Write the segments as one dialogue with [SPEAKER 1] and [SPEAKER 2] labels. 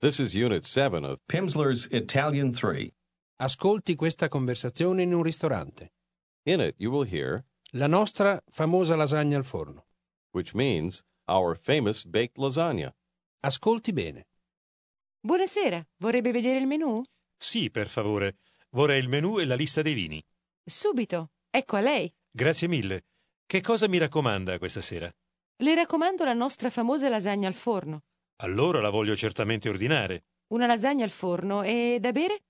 [SPEAKER 1] This is Unit 7 of
[SPEAKER 2] Pimsleur's Italian 3.
[SPEAKER 3] Ascolti questa conversazione in un ristorante.
[SPEAKER 1] In it, you will hear,
[SPEAKER 3] La nostra famosa lasagna al forno.
[SPEAKER 1] which means our famous baked lasagna.
[SPEAKER 3] Ascolti bene.
[SPEAKER 4] Buonasera, vorrebbe vedere il menù?
[SPEAKER 5] Sì, per favore. Vorrei il menù e la lista dei vini.
[SPEAKER 4] Subito, ecco a lei.
[SPEAKER 5] Grazie mille. Che cosa mi raccomanda questa sera?
[SPEAKER 4] Le raccomando la nostra famosa lasagna al forno.
[SPEAKER 5] Allora la voglio certamente ordinare.
[SPEAKER 4] Una lasagna al forno e da bere?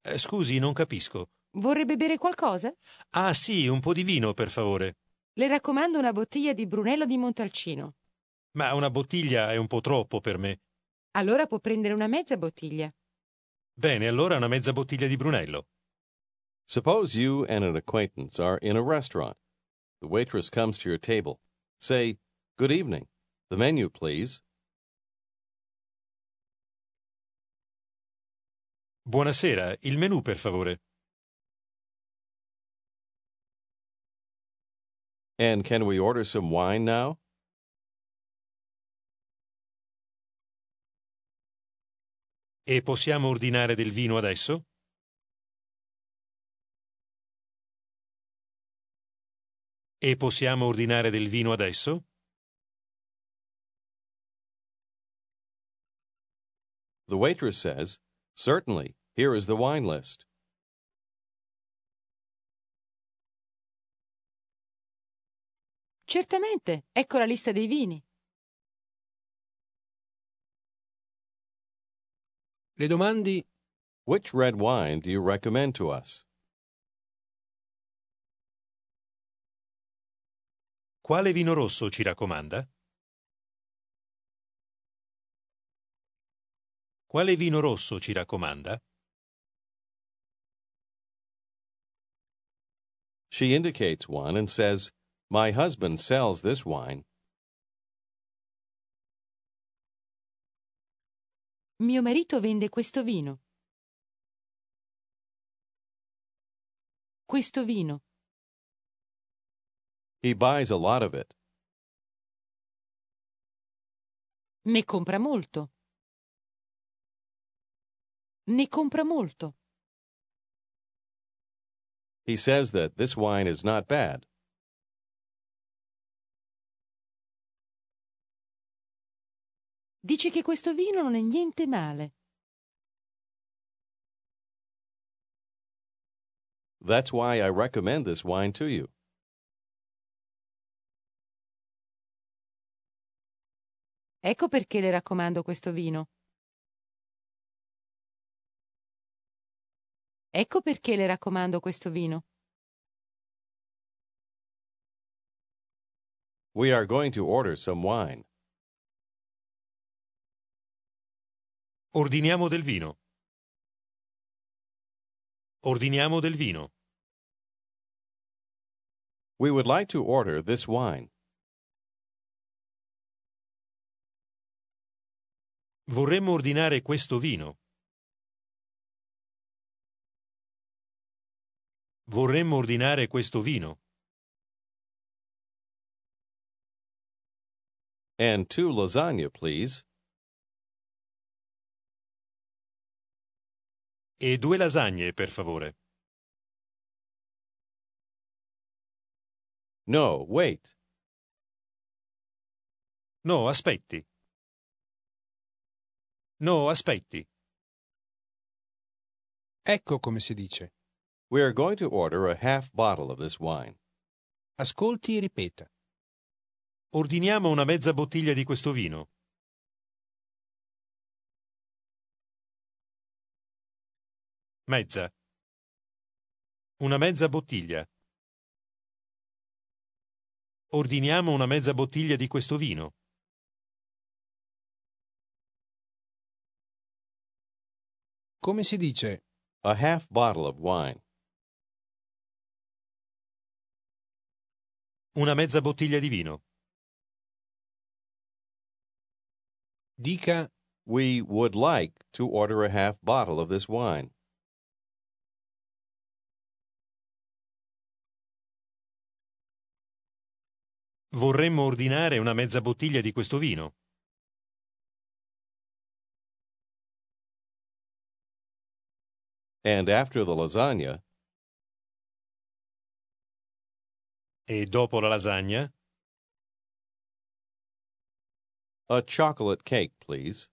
[SPEAKER 5] Eh, scusi, non capisco.
[SPEAKER 4] Vorrebbe bere qualcosa?
[SPEAKER 5] Ah, sì, un po' di vino, per favore.
[SPEAKER 4] Le raccomando una bottiglia di Brunello di Montalcino.
[SPEAKER 5] Ma una bottiglia è un po' troppo per me.
[SPEAKER 4] Allora può prendere una mezza bottiglia.
[SPEAKER 5] Bene, allora una mezza bottiglia di Brunello.
[SPEAKER 1] Suppose you and an acquaintance are in a restaurant. The waitress comes to your table. Say, Good evening. The menu, please.
[SPEAKER 5] Buonasera, il menù, per favore.
[SPEAKER 1] And can we order some wine now?
[SPEAKER 5] E possiamo ordinare del vino adesso? E possiamo ordinare del vino adesso?
[SPEAKER 1] The waitress says, Certainly. Here is the wine list.
[SPEAKER 4] Certamente, ecco la lista dei vini.
[SPEAKER 3] Le domandi
[SPEAKER 1] Which red wine do you recommend to us?
[SPEAKER 5] Quale vino rosso ci raccomanda? Quale vino rosso ci raccomanda?
[SPEAKER 1] She indicates one and says, My husband sells this wine.
[SPEAKER 4] Mio marito vende questo vino. Questo vino.
[SPEAKER 1] He buys a lot of it.
[SPEAKER 4] Ne compra molto. Ne compra molto.
[SPEAKER 1] He says that this wine is not bad.
[SPEAKER 4] Dice che questo vino non è niente male.
[SPEAKER 1] That's why I recommend this wine to you.
[SPEAKER 4] Ecco perché le raccomando questo vino. Ecco perché le raccomando questo vino.
[SPEAKER 1] We are going to order some wine.
[SPEAKER 5] Ordiniamo del vino. Ordiniamo del vino.
[SPEAKER 1] We would like to order this wine.
[SPEAKER 5] Vorremmo ordinare questo vino. Vorremmo ordinare questo vino.
[SPEAKER 1] And two lasagna, please.
[SPEAKER 5] E due lasagne, per favore.
[SPEAKER 1] No, wait.
[SPEAKER 5] No, aspetti. No, aspetti.
[SPEAKER 3] Ecco come si dice.
[SPEAKER 1] We are going to order a half bottle of this wine.
[SPEAKER 3] Ascolti e ripeta.
[SPEAKER 5] Ordiniamo una mezza bottiglia di questo vino. Mezza. Una mezza bottiglia. Ordiniamo una mezza bottiglia di questo vino.
[SPEAKER 3] Come si dice?
[SPEAKER 1] A half bottle of wine.
[SPEAKER 5] Una mezza bottiglia di vino.
[SPEAKER 3] Dica
[SPEAKER 1] We would like to order a half bottle of this wine.
[SPEAKER 5] Vorremmo ordinare una mezza bottiglia di questo vino.
[SPEAKER 1] And after the lasagna,
[SPEAKER 5] e dopo la lasagna,
[SPEAKER 1] a chocolate cake, please.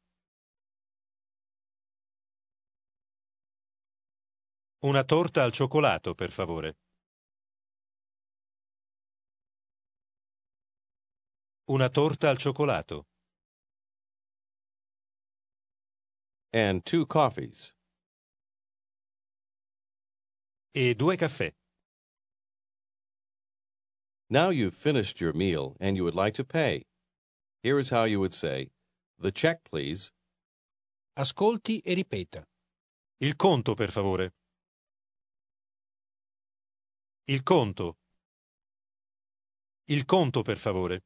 [SPEAKER 5] una torta al cioccolato, per favore. Una torta al cioccolato,
[SPEAKER 1] And two coffees.
[SPEAKER 5] e due caffè.
[SPEAKER 1] Now you've finished your meal and you would like to pay. Here is how you would say, The check, please.
[SPEAKER 3] Ascolti e ripeta.
[SPEAKER 5] Il conto, per favore. Il conto. Il conto, per favore.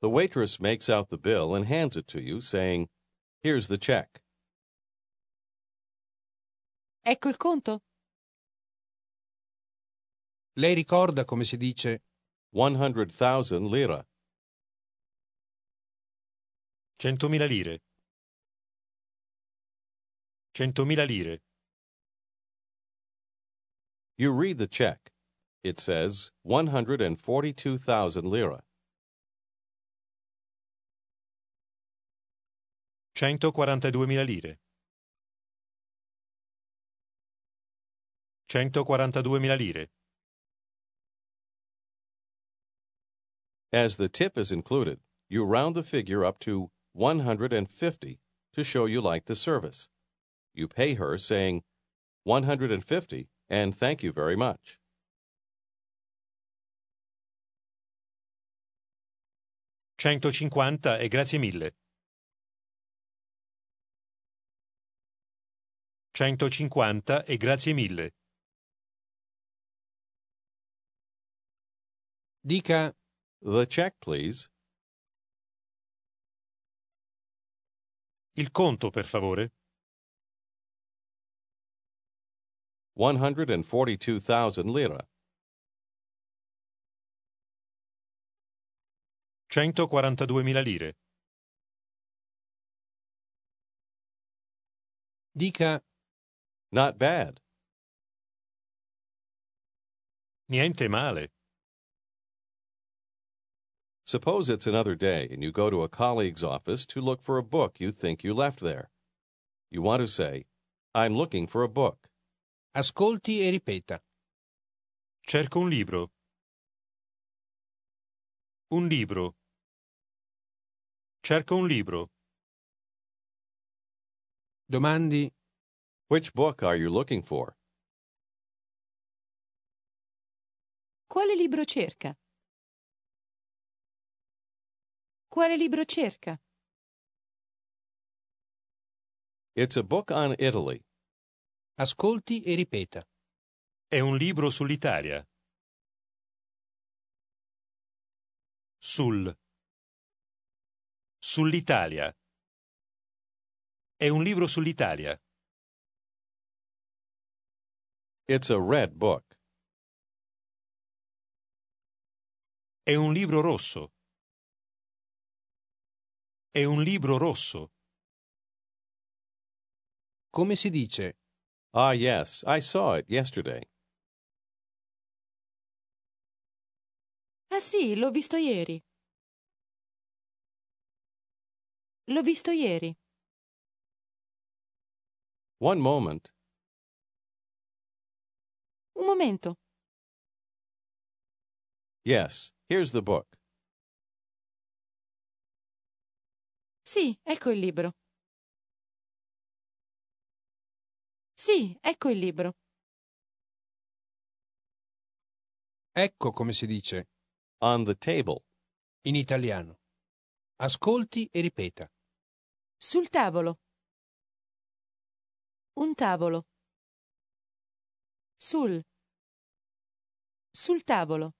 [SPEAKER 1] The waitress makes out the bill and hands it to you, saying, Here's the check.
[SPEAKER 4] Ecco il conto.
[SPEAKER 3] Lei ricorda come si dice
[SPEAKER 1] 100,000 lira.
[SPEAKER 5] 100.000 lire. 100.000 lire.
[SPEAKER 1] You read the check. It says 142,000 lira.
[SPEAKER 5] 142.000 lire. 142.000 lire.
[SPEAKER 1] As the tip is included, you round the figure up to 150 to show you like the service. You pay her saying 150 and thank you very much.
[SPEAKER 5] 150 e grazie mille. 150 e grazie mille.
[SPEAKER 3] dica
[SPEAKER 1] The check, please.
[SPEAKER 5] Il conto, per favore.
[SPEAKER 1] 142,000 lira.
[SPEAKER 5] 142.000 lire.
[SPEAKER 3] dica
[SPEAKER 1] Not bad.
[SPEAKER 5] Niente male.
[SPEAKER 1] Suppose it's another day and you go to a colleague's office to look for a book you think you left there. You want to say, I'm looking for a book.
[SPEAKER 3] ascolti e ripeta.
[SPEAKER 5] Cerco un libro. Un libro. Cerco un libro.
[SPEAKER 3] Domandi
[SPEAKER 1] Which book are you looking for?
[SPEAKER 4] Quale libro cerca? Quale libro cerca?
[SPEAKER 1] It's a book on Italy.
[SPEAKER 3] ascolti e ripeta.
[SPEAKER 5] È un libro sull'Italia. Sul. Sull'Italia. È un libro sull'Italia.
[SPEAKER 1] It's a red book.
[SPEAKER 5] È un libro rosso. È un libro rosso.
[SPEAKER 3] Come si dice
[SPEAKER 1] Ah, yes, I saw it yesterday.
[SPEAKER 4] Ah sì, l'ho visto ieri. L'ho visto ieri.
[SPEAKER 1] One moment.
[SPEAKER 4] Un momento.
[SPEAKER 1] Yes, here's the book.
[SPEAKER 4] Sì, ecco il libro. Sì, ecco il libro.
[SPEAKER 3] ecco come si dice
[SPEAKER 1] On the table.
[SPEAKER 3] in italiano. Ascolti e ripeta.
[SPEAKER 4] Sul tavolo. Un tavolo. Sul. Sul tavolo.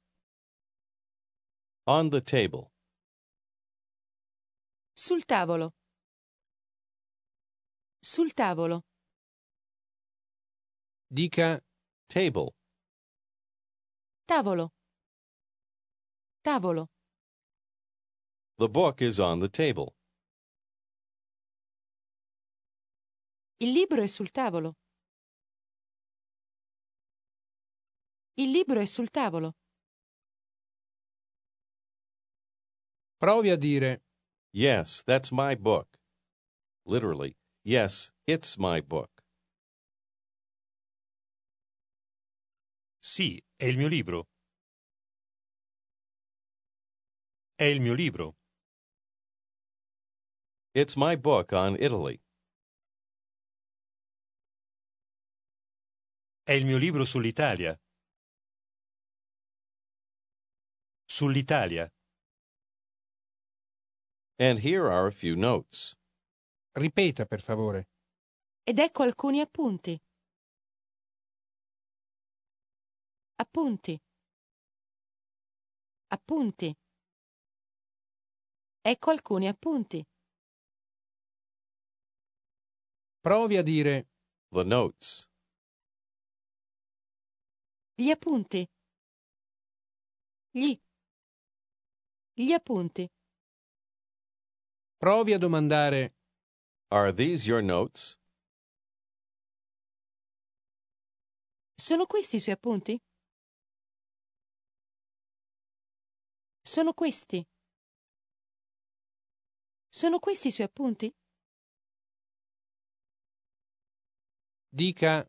[SPEAKER 1] On the table.
[SPEAKER 4] Sul tavolo. Sul tavolo.
[SPEAKER 3] Dica
[SPEAKER 1] Table.
[SPEAKER 4] Tavolo. Tavolo.
[SPEAKER 1] The book is on the table.
[SPEAKER 4] Il libro è sul tavolo. Il libro è sul tavolo.
[SPEAKER 3] Provi a dire
[SPEAKER 1] Yes, that's my book. Literally, yes, it's my book.
[SPEAKER 5] Sì, è il mio libro. È il mio libro.
[SPEAKER 1] It's my book on Italy.
[SPEAKER 5] È il mio libro sull'Italia. Sull'Italia.
[SPEAKER 1] And here are a few notes.
[SPEAKER 3] ripeta per favore.
[SPEAKER 4] Ed ecco alcuni appunti. Appunti. Appunti. Ecco alcuni appunti.
[SPEAKER 3] Provi a dire
[SPEAKER 1] The notes.
[SPEAKER 4] Gli appunti. Gli. Gli appunti.
[SPEAKER 3] Provi a domandare
[SPEAKER 1] Are these your notes?
[SPEAKER 4] Sono questi i suoi appunti? Sono questi. Sono questi i suoi appunti?
[SPEAKER 3] dica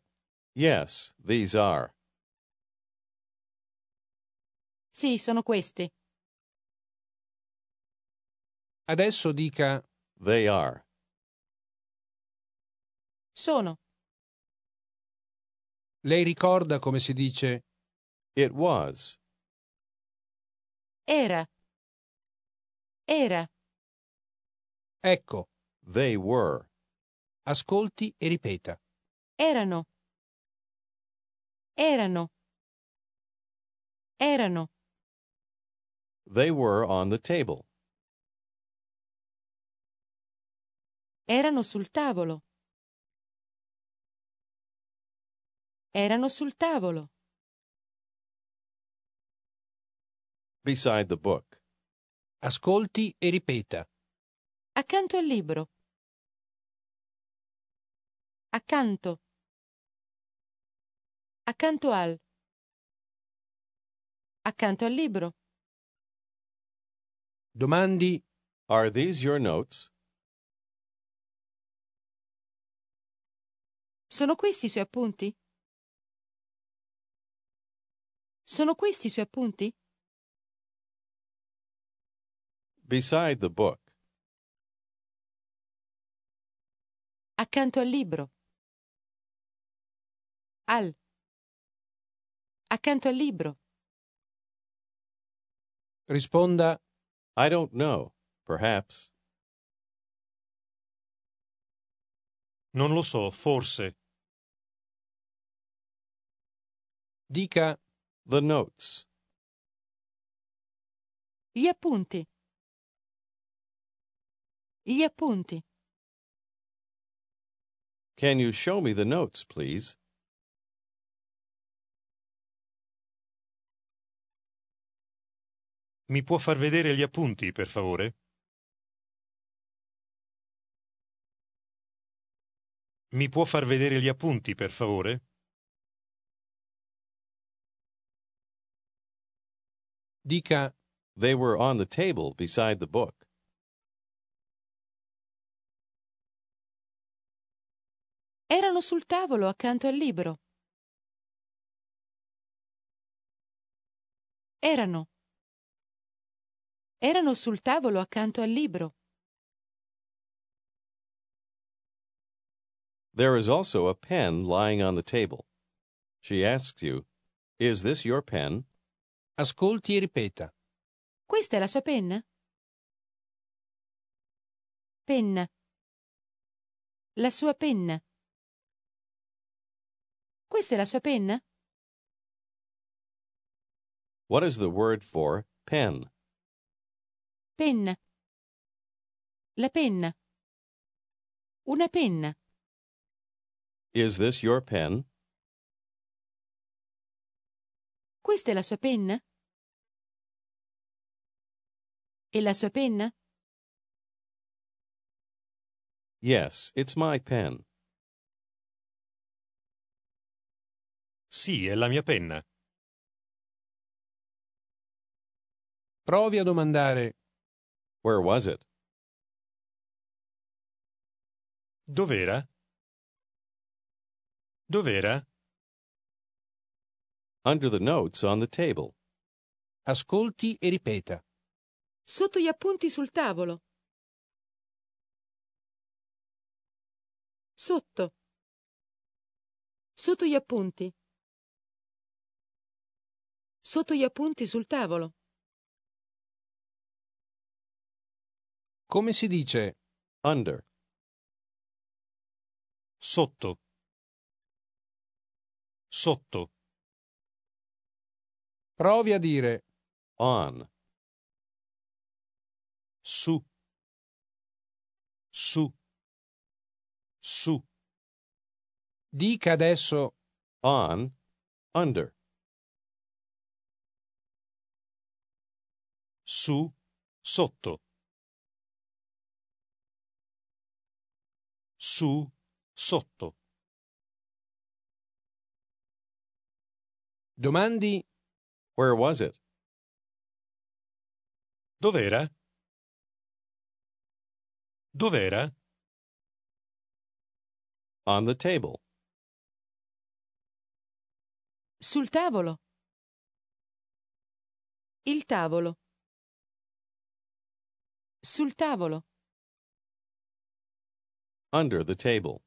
[SPEAKER 1] Yes, these are.
[SPEAKER 4] Sì, sono questi.
[SPEAKER 3] adesso dica
[SPEAKER 1] They are.
[SPEAKER 4] Sono.
[SPEAKER 3] lei ricorda come si dice
[SPEAKER 1] It was.
[SPEAKER 4] Era. Era.
[SPEAKER 3] ecco,
[SPEAKER 1] They were.
[SPEAKER 3] ascolti e ripeta.
[SPEAKER 4] Erano. Erano. Erano.
[SPEAKER 1] They were on the table.
[SPEAKER 4] Erano sul tavolo. Erano sul tavolo.
[SPEAKER 1] Beside the book.
[SPEAKER 3] Ascolti e ripeta.
[SPEAKER 4] Accanto al libro. Accanto. Accanto al. Accanto al libro.
[SPEAKER 3] Domandi
[SPEAKER 1] Are these your notes?
[SPEAKER 4] Sono questi i suoi appunti? Sono questi i suoi appunti?
[SPEAKER 1] Beside the book.
[SPEAKER 4] Accanto al libro. Al. Accanto al libro.
[SPEAKER 3] risponda
[SPEAKER 1] I don't know. Perhaps.
[SPEAKER 5] Non lo so, forse.
[SPEAKER 3] dica
[SPEAKER 1] The notes.
[SPEAKER 4] Gli appunti. Gli appunti.
[SPEAKER 1] Can you show me the notes, please?
[SPEAKER 5] Mi può far vedere gli appunti, per favore? Mi può far vedere gli appunti, per favore?
[SPEAKER 3] dica
[SPEAKER 1] They were on the table beside the book.
[SPEAKER 4] Erano sul tavolo accanto al libro. Erano. Erano sul tavolo accanto al libro.
[SPEAKER 1] There is also a pen lying on the table. She asks you, Is this your pen?
[SPEAKER 3] ascolti e ripeta.
[SPEAKER 4] Questa è la sua penna? Penna. La sua penna. Questa è la sua penna?
[SPEAKER 1] What is the word for pen?
[SPEAKER 4] Penna. La penna. Una penna.
[SPEAKER 1] Is this your pen?
[SPEAKER 4] Questa è la sua penna? E la sua penna?
[SPEAKER 1] Yes, it's my pen.
[SPEAKER 5] Sì, è la mia penna.
[SPEAKER 3] Provi a domandare
[SPEAKER 1] Where was it?
[SPEAKER 5] Dov'era? Dov'era?
[SPEAKER 1] Under the notes on the table.
[SPEAKER 3] ascolti e ripeta.
[SPEAKER 4] Sotto gli appunti sul tavolo. Sotto. Sotto gli appunti. Sotto gli appunti sul tavolo.
[SPEAKER 3] Come si dice
[SPEAKER 1] Under.
[SPEAKER 5] Sotto. Sotto.
[SPEAKER 3] Provi a dire
[SPEAKER 1] On.
[SPEAKER 5] Su. Su. Su.
[SPEAKER 3] dica adesso
[SPEAKER 1] On. Under.
[SPEAKER 5] Su. Sotto. Su. Sotto.
[SPEAKER 3] domandi
[SPEAKER 1] Where was it?
[SPEAKER 5] Dov'era? Dov'era?
[SPEAKER 1] On the table.
[SPEAKER 4] Sul tavolo. Il tavolo. Sul tavolo.
[SPEAKER 1] Under the table.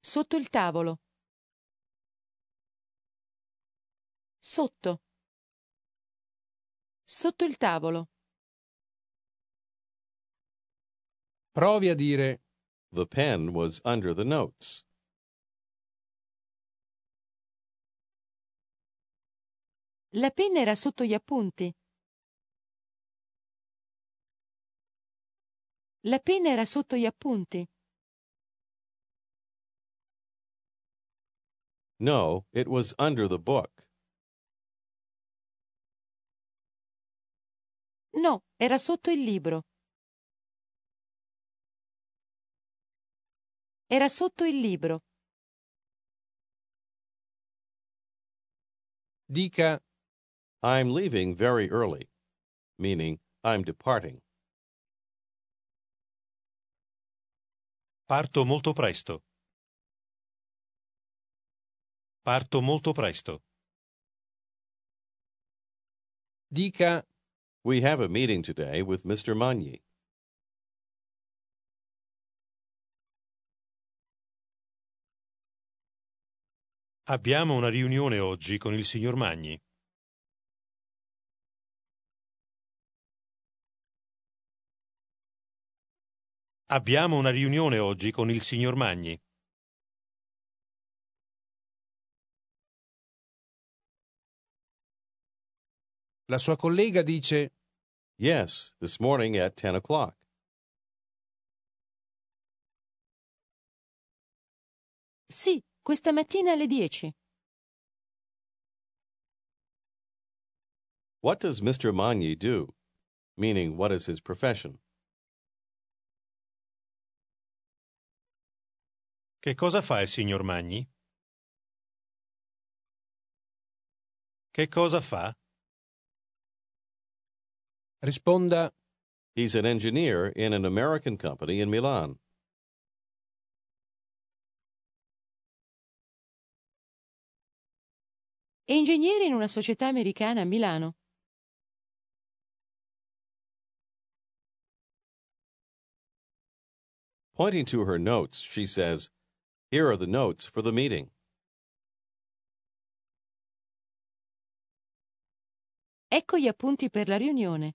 [SPEAKER 4] Sotto il tavolo. Sotto. Sotto il tavolo.
[SPEAKER 3] Provi a dire
[SPEAKER 1] The pen was under the notes.
[SPEAKER 4] La penna era sotto gli appunti. La penna era sotto gli appunti.
[SPEAKER 1] No, it was under the book.
[SPEAKER 4] No, era sotto il libro. Era sotto il libro.
[SPEAKER 3] dica
[SPEAKER 1] I'm leaving very early. Meaning, I'm departing.
[SPEAKER 5] Parto molto presto. Parto molto presto.
[SPEAKER 3] dica
[SPEAKER 1] We have a meeting today with Mr. Magni.
[SPEAKER 5] Abbiamo una riunione oggi con il signor Magni. Abbiamo una riunione oggi con il signor Magni.
[SPEAKER 3] la sua collega dice
[SPEAKER 1] Yes, this morning at 10 o'clock.
[SPEAKER 4] Sì, questa mattina alle 10.
[SPEAKER 1] What does Mr. Magni do? Meaning, what is his profession?
[SPEAKER 5] Che cosa fa il signor Magni? Che cosa fa?
[SPEAKER 3] risponda
[SPEAKER 1] He's an engineer in an American company in Milan.
[SPEAKER 4] È ingegnere in una società americana a Milano.
[SPEAKER 1] Pointing to her notes, she says, Here are the notes for the meeting.
[SPEAKER 4] Ecco gli appunti per la riunione.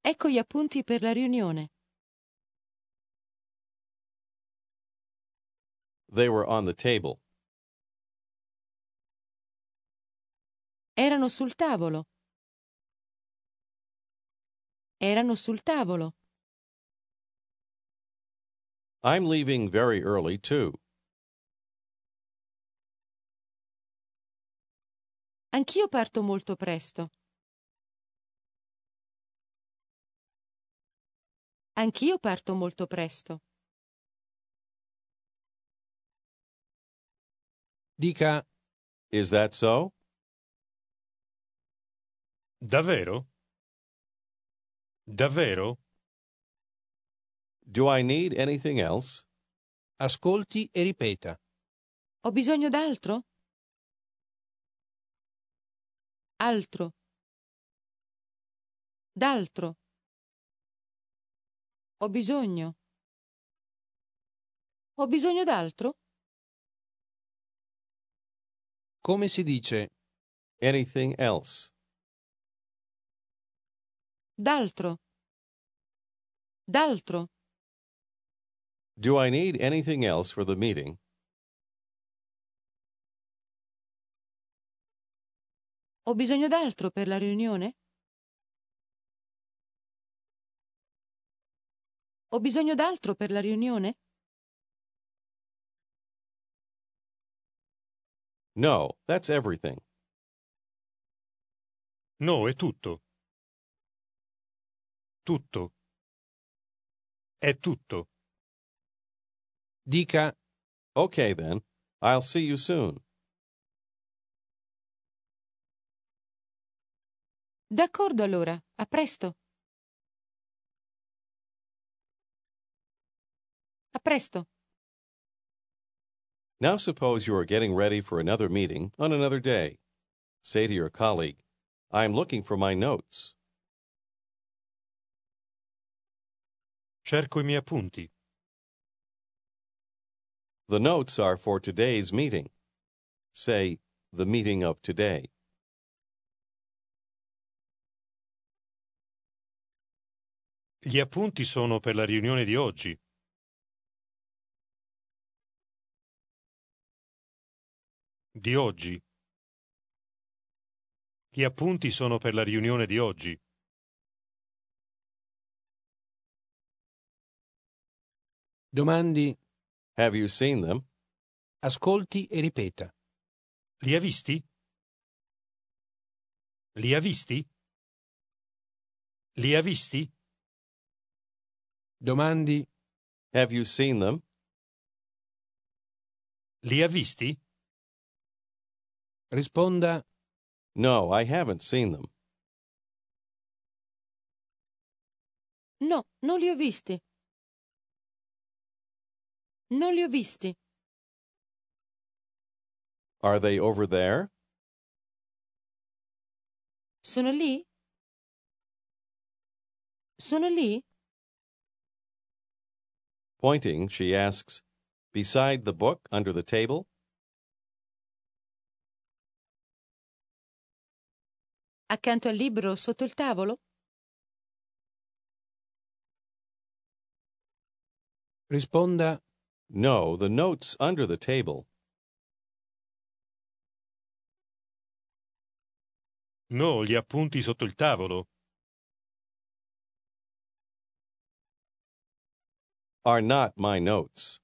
[SPEAKER 4] Ecco gli appunti per la riunione.
[SPEAKER 1] They were on the table.
[SPEAKER 4] Erano sul tavolo. Erano sul tavolo.
[SPEAKER 1] I'm leaving very early, too.
[SPEAKER 4] Anch'io parto molto presto. Anch'io parto molto presto.
[SPEAKER 3] Dica
[SPEAKER 1] Is that so?
[SPEAKER 5] Davvero? Davvero?
[SPEAKER 1] Do I need anything else?
[SPEAKER 3] ascolti e ripeta.
[SPEAKER 4] Ho bisogno d'altro? Altro. D'altro. Ho bisogno. Ho bisogno d'altro?
[SPEAKER 3] Come si dice?
[SPEAKER 1] Anything else?
[SPEAKER 4] D'altro. D'altro.
[SPEAKER 1] Do I need anything else for the meeting?
[SPEAKER 4] Ho bisogno d'altro per la riunione? Ho bisogno d'altro per la riunione?
[SPEAKER 1] No, that's everything.
[SPEAKER 5] No, è tutto. Tutto. È tutto.
[SPEAKER 3] Dica
[SPEAKER 1] Okay then. I'll see you soon.
[SPEAKER 4] D'accordo allora, a presto. A presto.
[SPEAKER 1] Now suppose you are getting ready for another meeting on another day. Say to your colleague, I am looking for my notes.
[SPEAKER 5] Cerco i miei appunti.
[SPEAKER 1] The notes are for today's meeting. Say, the meeting of today.
[SPEAKER 5] Gli appunti sono per la riunione di oggi. Di oggi. Gli appunti sono per la riunione di oggi.
[SPEAKER 3] Domandi,
[SPEAKER 1] Have you seen them?
[SPEAKER 3] ascolti e ripeta.
[SPEAKER 5] Li ha visti? Li ha visti? Li ha visti?
[SPEAKER 3] Domandi,
[SPEAKER 1] Have you seen them?
[SPEAKER 5] Li ha visti?
[SPEAKER 3] risponda,
[SPEAKER 1] No, I haven't seen them.
[SPEAKER 4] No, non li ho visti. Non li ho visti.
[SPEAKER 1] Are they over there?
[SPEAKER 4] Sono lì? Sono lì?
[SPEAKER 1] Pointing, she asks, Beside the book under the table?
[SPEAKER 4] Accanto al libro sotto il tavolo?
[SPEAKER 3] risponda,
[SPEAKER 1] No, the notes under the table.
[SPEAKER 5] No, gli appunti sotto il tavolo.
[SPEAKER 1] Are not my notes.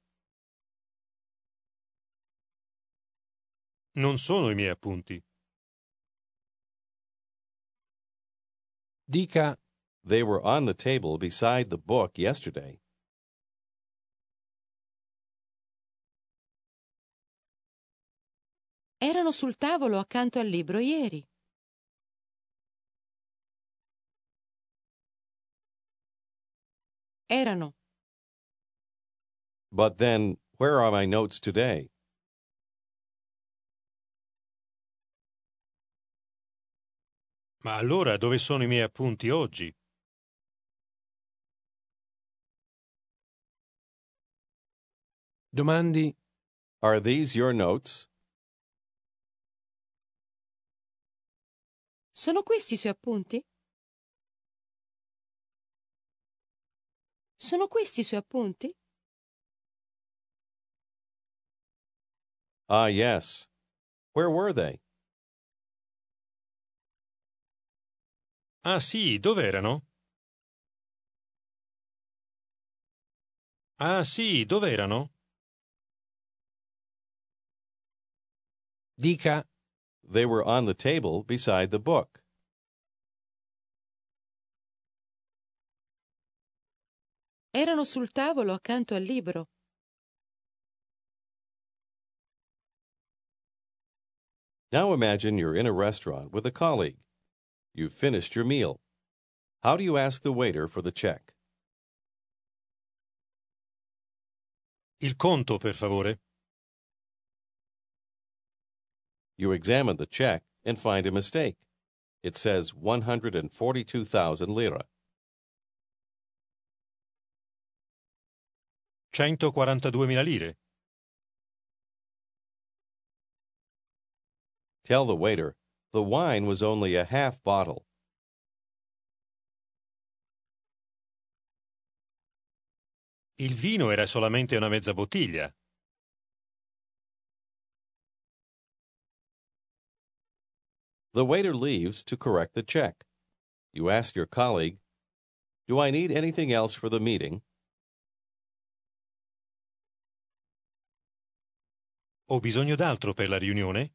[SPEAKER 5] Non sono i miei appunti.
[SPEAKER 3] dica,
[SPEAKER 1] They were on the table beside the book yesterday.
[SPEAKER 4] Erano sul tavolo accanto al libro ieri. Erano.
[SPEAKER 1] But then, where are my notes today?
[SPEAKER 5] Ma allora dove sono i miei appunti oggi?
[SPEAKER 3] domandi,
[SPEAKER 1] Are these your notes?
[SPEAKER 4] Sono questi i suoi appunti? Sono questi i suoi appunti?
[SPEAKER 1] Ah, yes. Where were they?
[SPEAKER 5] Ah sì, dov'erano? Ah sì, dov'erano?
[SPEAKER 3] dica,
[SPEAKER 1] They were on the table beside the book.
[SPEAKER 4] Erano sul tavolo accanto al libro.
[SPEAKER 1] Now imagine you're in a restaurant with a colleague. You've finished your meal. How do you ask the waiter for the check?
[SPEAKER 5] Il conto, per favore.
[SPEAKER 1] You examine the check and find a mistake. It says 142,000 lira.
[SPEAKER 5] 142.000 lire.
[SPEAKER 1] Tell the waiter the wine was only a half bottle.
[SPEAKER 5] Il vino era solamente una mezza bottiglia.
[SPEAKER 1] The waiter leaves to correct the check. You ask your colleague, Do I need anything else for the meeting?
[SPEAKER 5] Ho bisogno d'altro per la riunione?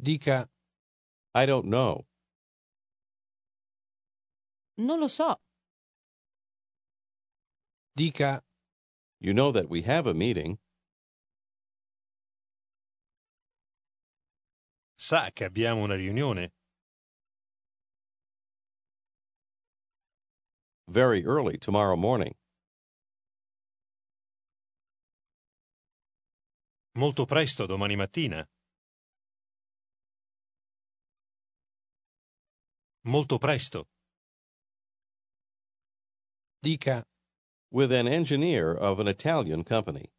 [SPEAKER 3] Dica
[SPEAKER 1] I don't know.
[SPEAKER 4] Non lo so.
[SPEAKER 3] dica
[SPEAKER 1] You know that we have a meeting.
[SPEAKER 5] Sa che abbiamo una riunione.
[SPEAKER 1] very early tomorrow morning.
[SPEAKER 5] Molto presto domani mattina. Molto presto.
[SPEAKER 3] dica
[SPEAKER 1] with an engineer of an Italian company.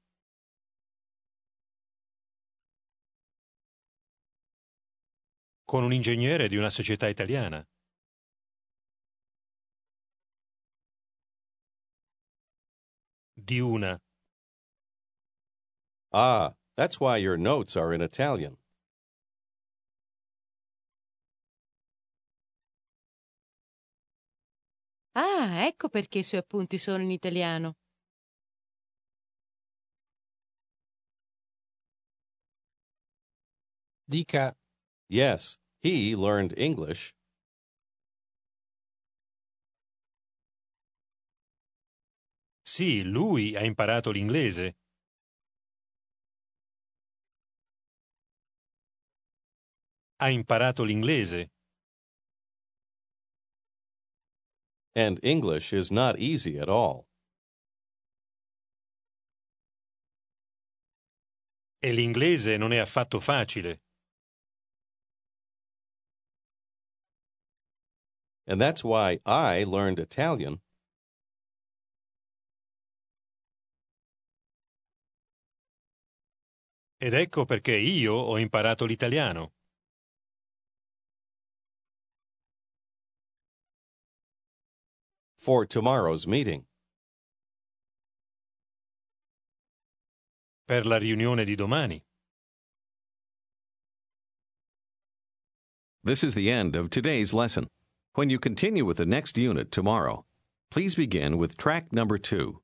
[SPEAKER 5] Con un ingegnere di una società italiana. Di una.
[SPEAKER 1] Ah, that's why your notes are in Italian.
[SPEAKER 4] Ah, ecco perché i suoi appunti sono in italiano.
[SPEAKER 3] dica
[SPEAKER 1] Yes, he learned English.
[SPEAKER 5] Sì, lui ha imparato l'inglese. Ha imparato l'inglese.
[SPEAKER 1] And English is not easy at all.
[SPEAKER 5] E l'inglese non è affatto facile.
[SPEAKER 1] And that's why I learned Italian.
[SPEAKER 5] Ed ecco perché io ho imparato l'italiano.
[SPEAKER 1] For tomorrow's meeting,
[SPEAKER 5] Per la riunione di domani.
[SPEAKER 1] This is the end of today's lesson. When you continue with the next unit tomorrow, please begin with track number two.